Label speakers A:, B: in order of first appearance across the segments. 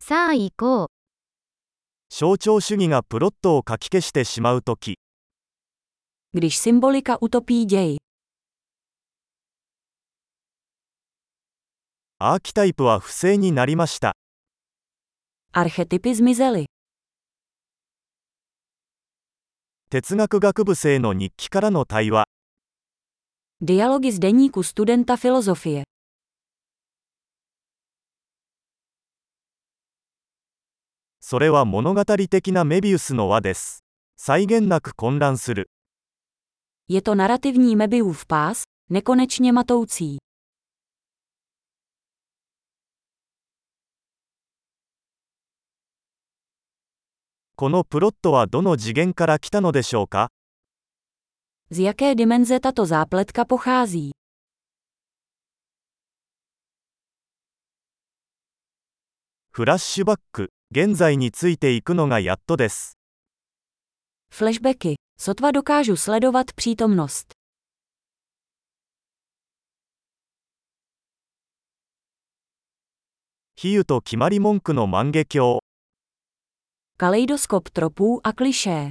A: さあ行こう。
B: 象徴主義がプロットを書き消してしまうとき、
C: Když symbolika utopí děj,
B: アーキタイプは不正になりました。
C: archetypy zmizely.
B: 哲学学部生の日記からの対話、
C: Dialogy z deníku studenta filozofie.
B: それは物語的なメビウスの輪です。際限なく混乱する。
C: Je to narrativní Mebiův pás, nekonečně matoucí.
B: このプロットはどの次元から来たのでしょうか
C: Z jaké dimenze tato zápletka pochází?
B: フラッシュバック、現在についていくのがやっとです。
C: Flashbacky. Sotva dokážu sledovat přítomnost.
B: 比喩と決まり文句の万華鏡、
C: Kaleidoskop tropů a klišé.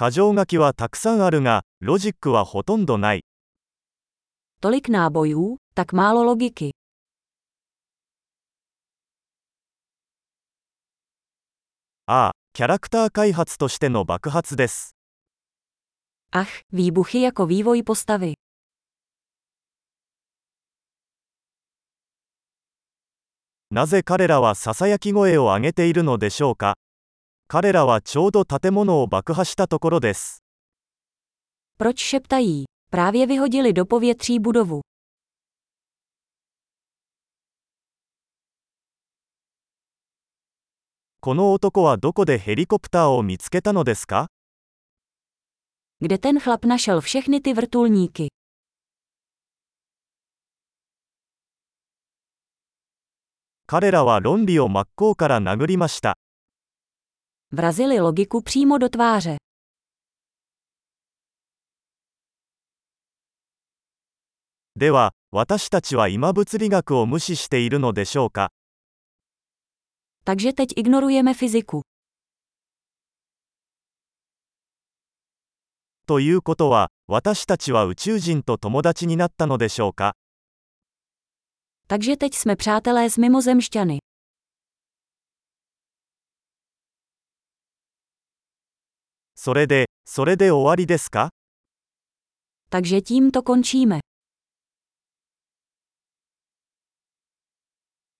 B: 箇条書きはたくさんあるが、ロジックはほとんどない。
C: Tolik nábojů, tak málo logiky.
B: ああ、キャラクター開発としての爆発です。
C: Ach, výbuchy jako vývoj postavy.
B: なぜ彼らはささやき声を上げているのでしょうか彼らはちょうど建物を爆破したところです。
C: Proč šeptají? Právě vyhodili do povětří budovu.
B: この男はどこでヘリコプターを見つけたのですか
C: Kde ten chlap našel všechny ty vrtulníky?
B: 彼らは論理を真っ向から殴りました。
C: Vrazili logiku přímo do tváře.
B: では、私たちは今物理学を無視しているのでしょうか
C: Takže teď ignorujeme fyziku.
B: ということは、私たちは宇宙人と友達になったのでしょうか
C: Takže teď jsme přátelé s mimozemšťany.
B: それで、それで終わりですか
C: Takže tím to končíme.